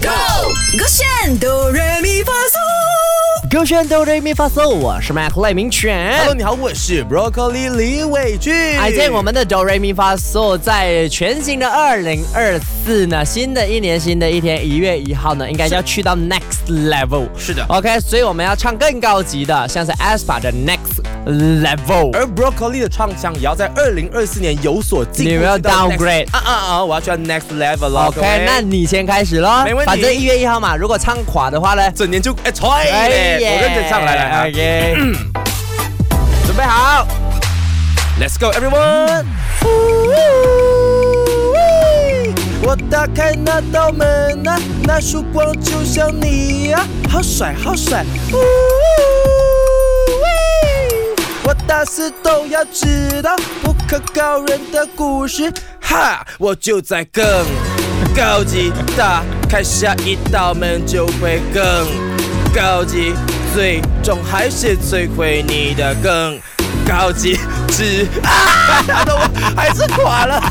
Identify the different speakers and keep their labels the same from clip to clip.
Speaker 1: Go，勾选哆来咪发嗦。
Speaker 2: 歌炫哆瑞咪发嗦，我是麦克赖明
Speaker 3: ，Hello，
Speaker 2: 犬。
Speaker 3: 你好，我是 Broccoli 李伟俊。
Speaker 2: 哎，在我们的哆瑞咪发嗦，在全新的二零二四呢，新的一年，新的一天，一月一号呢，应该要去到 next level。
Speaker 3: 是的
Speaker 2: OK，所以我们要唱更高级的，像是 aespa 的 next level。
Speaker 3: 而 Broccoli 的唱腔也要在二零二四年有所进步。
Speaker 2: 你们要
Speaker 3: 去到 next-
Speaker 2: downgrade
Speaker 3: 啊啊啊！我要去到 next level 了。各
Speaker 2: OK，
Speaker 3: 位
Speaker 2: 那你先开始咯。
Speaker 3: 没问题
Speaker 2: 反正一月一号嘛，如果唱垮的话呢，
Speaker 3: 整年就哎踹嘞，我认真唱来来 来，
Speaker 2: OK，
Speaker 3: 准备好，Let's go everyone。我打开那道门啊，那束光就像你啊，好帅好帅。呜喂我大四都要知道不可告人的故事，哈，我就在更高级打开下一道门就会更高级，最终还是摧毁你的更高级之 啊！打得我还是垮了。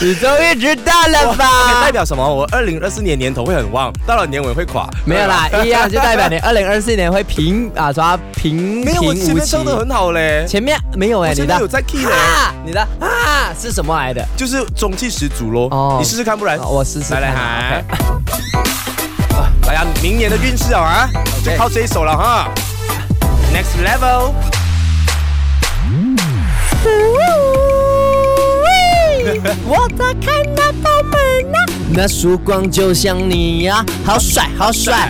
Speaker 2: 你终于知道了吧？
Speaker 3: 代表什么？我二零二四年年头会很旺，到了年尾会垮。
Speaker 2: 没有 啦，一样就代表你二零二四年会平啊，抓平
Speaker 3: 没
Speaker 2: 平
Speaker 3: 有，我前
Speaker 2: 无
Speaker 3: 面
Speaker 2: 奇
Speaker 3: 唱。的很好嘞，
Speaker 2: 前面没有
Speaker 3: 我
Speaker 2: 哎、你
Speaker 3: 前面有
Speaker 2: 的
Speaker 3: 在 key 嘞，
Speaker 2: 啊，你的啊是什么来的？
Speaker 3: 就是中气十足咯。
Speaker 2: 哦
Speaker 3: 你试试看，不然
Speaker 2: 啊我试试
Speaker 3: 来
Speaker 2: 看
Speaker 3: 来
Speaker 2: 啊。
Speaker 3: 喊。啊大家明年的运势好啊，就靠这一首了哈。Next level。
Speaker 2: 我打开那道门啊，那曙光就像你呀、好帅好帅。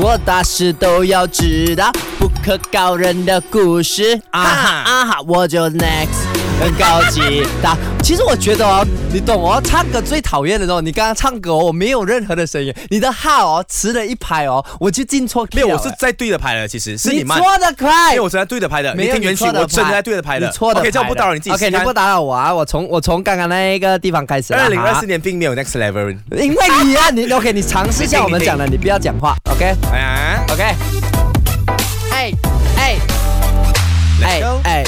Speaker 2: 我大事都要知道不可告人的故事啊哈啊哈，我就 next 很高 级的。其实我觉得哦，你懂哦，唱歌最讨厌的哦，你刚刚唱歌、哦、我没有任何的声音，你的号哦迟了一拍哦，我就进错 key
Speaker 3: 没有，我
Speaker 2: 了
Speaker 3: 是
Speaker 2: 哎
Speaker 3: 在对的拍的，其实是
Speaker 2: 你
Speaker 3: 你慢。
Speaker 2: 错的快，
Speaker 3: 因为我正在对的拍的，
Speaker 2: 没
Speaker 3: 你
Speaker 2: 有
Speaker 3: 呃听原曲，
Speaker 2: 你错的
Speaker 3: 我真的
Speaker 2: 拍
Speaker 3: 在对的拍的。
Speaker 2: 你错的拍的。
Speaker 3: OK，这样不打扰你自己。
Speaker 2: OK，你不。打扰我啊！我从我从刚刚那个地方开始了哈。
Speaker 3: 二零二四年并没有 next level。
Speaker 2: 因为你啊，你 OK，你尝试一下我们讲的，你不要讲话，OK
Speaker 3: 哎呀
Speaker 2: OK。哎哎
Speaker 3: Let's go
Speaker 2: 哎。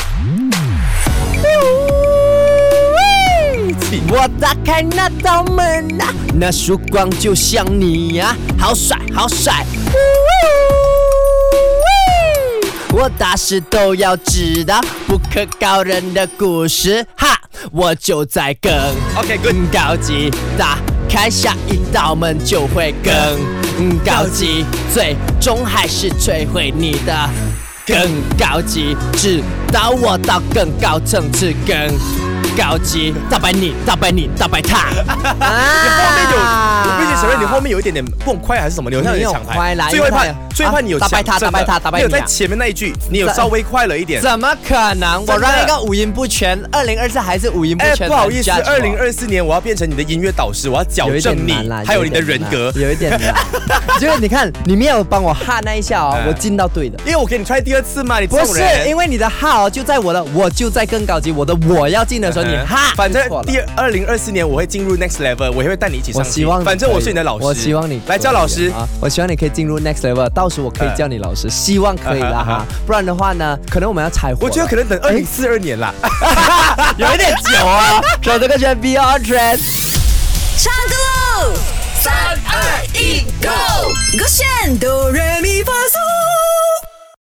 Speaker 3: 气
Speaker 2: 我打开那道门啊，那曙光就像你呀、好帅好帅。我大事都要知道，不可告人的故事哈，我就在更
Speaker 3: OK，good
Speaker 2: 更高级，打开下一道门就会更高级，最终还是摧毁你的更高级，直到我到更高层次更。高级，打败你，打败你，打败他！
Speaker 3: 你后面有，
Speaker 2: 啊
Speaker 3: 我必须承认，你后面有一点点不快还是什么？你好像有点抢
Speaker 2: 没有快啦
Speaker 3: 牌，最会怕
Speaker 2: 因为他有，
Speaker 3: 最怕你有
Speaker 2: 啊打败他
Speaker 3: 抢真的
Speaker 2: 打败他打败
Speaker 3: 没有
Speaker 2: 你啊
Speaker 3: 在前面那一句，你有稍微快了一点。
Speaker 2: 怎么可能？我
Speaker 3: 真的
Speaker 2: 让一个五音不全，二零二四还是五音不
Speaker 3: 哎，
Speaker 2: 全。
Speaker 3: 不好意思，
Speaker 2: 来 judge 我
Speaker 3: 二零二四年我要变成你的音乐导师，我要矫
Speaker 2: 啊有一
Speaker 3: 正
Speaker 2: 点
Speaker 3: 你
Speaker 2: 难啦，，
Speaker 3: 还有你的
Speaker 2: 一点
Speaker 3: 人
Speaker 2: 难
Speaker 3: 格。
Speaker 2: 有一点难。 就是你看，你没有帮我哈那一下哦，
Speaker 3: 嗯
Speaker 2: 我进到对的。
Speaker 3: 因为我给你 try 第二次嘛，你
Speaker 2: 不
Speaker 3: 这种
Speaker 2: 是
Speaker 3: 人，
Speaker 2: 因为你的哈哦就在我的，我就在更高级，我的我要进的时候你
Speaker 3: 嗯
Speaker 2: 哈，
Speaker 3: 反正
Speaker 2: 就错了
Speaker 3: 第二零二四年我会进入 next level，我也会带你一起上
Speaker 2: 我
Speaker 3: 去。
Speaker 2: 希望，
Speaker 3: 反正我是你的老师，
Speaker 2: 我希望你
Speaker 3: 来叫老师
Speaker 2: 可以。啊！我希望你可以进入 next level，到时我可以叫你老师，希望可以啦哈，不然的话呢，可能我们要柴火了。
Speaker 3: 嗯我觉得可能等二零四二年啦。
Speaker 2: 有一点久啊，守这个圈 b e y o n trend。
Speaker 1: 唱歌喽！三二一，Go！勾选哆来咪发嗦。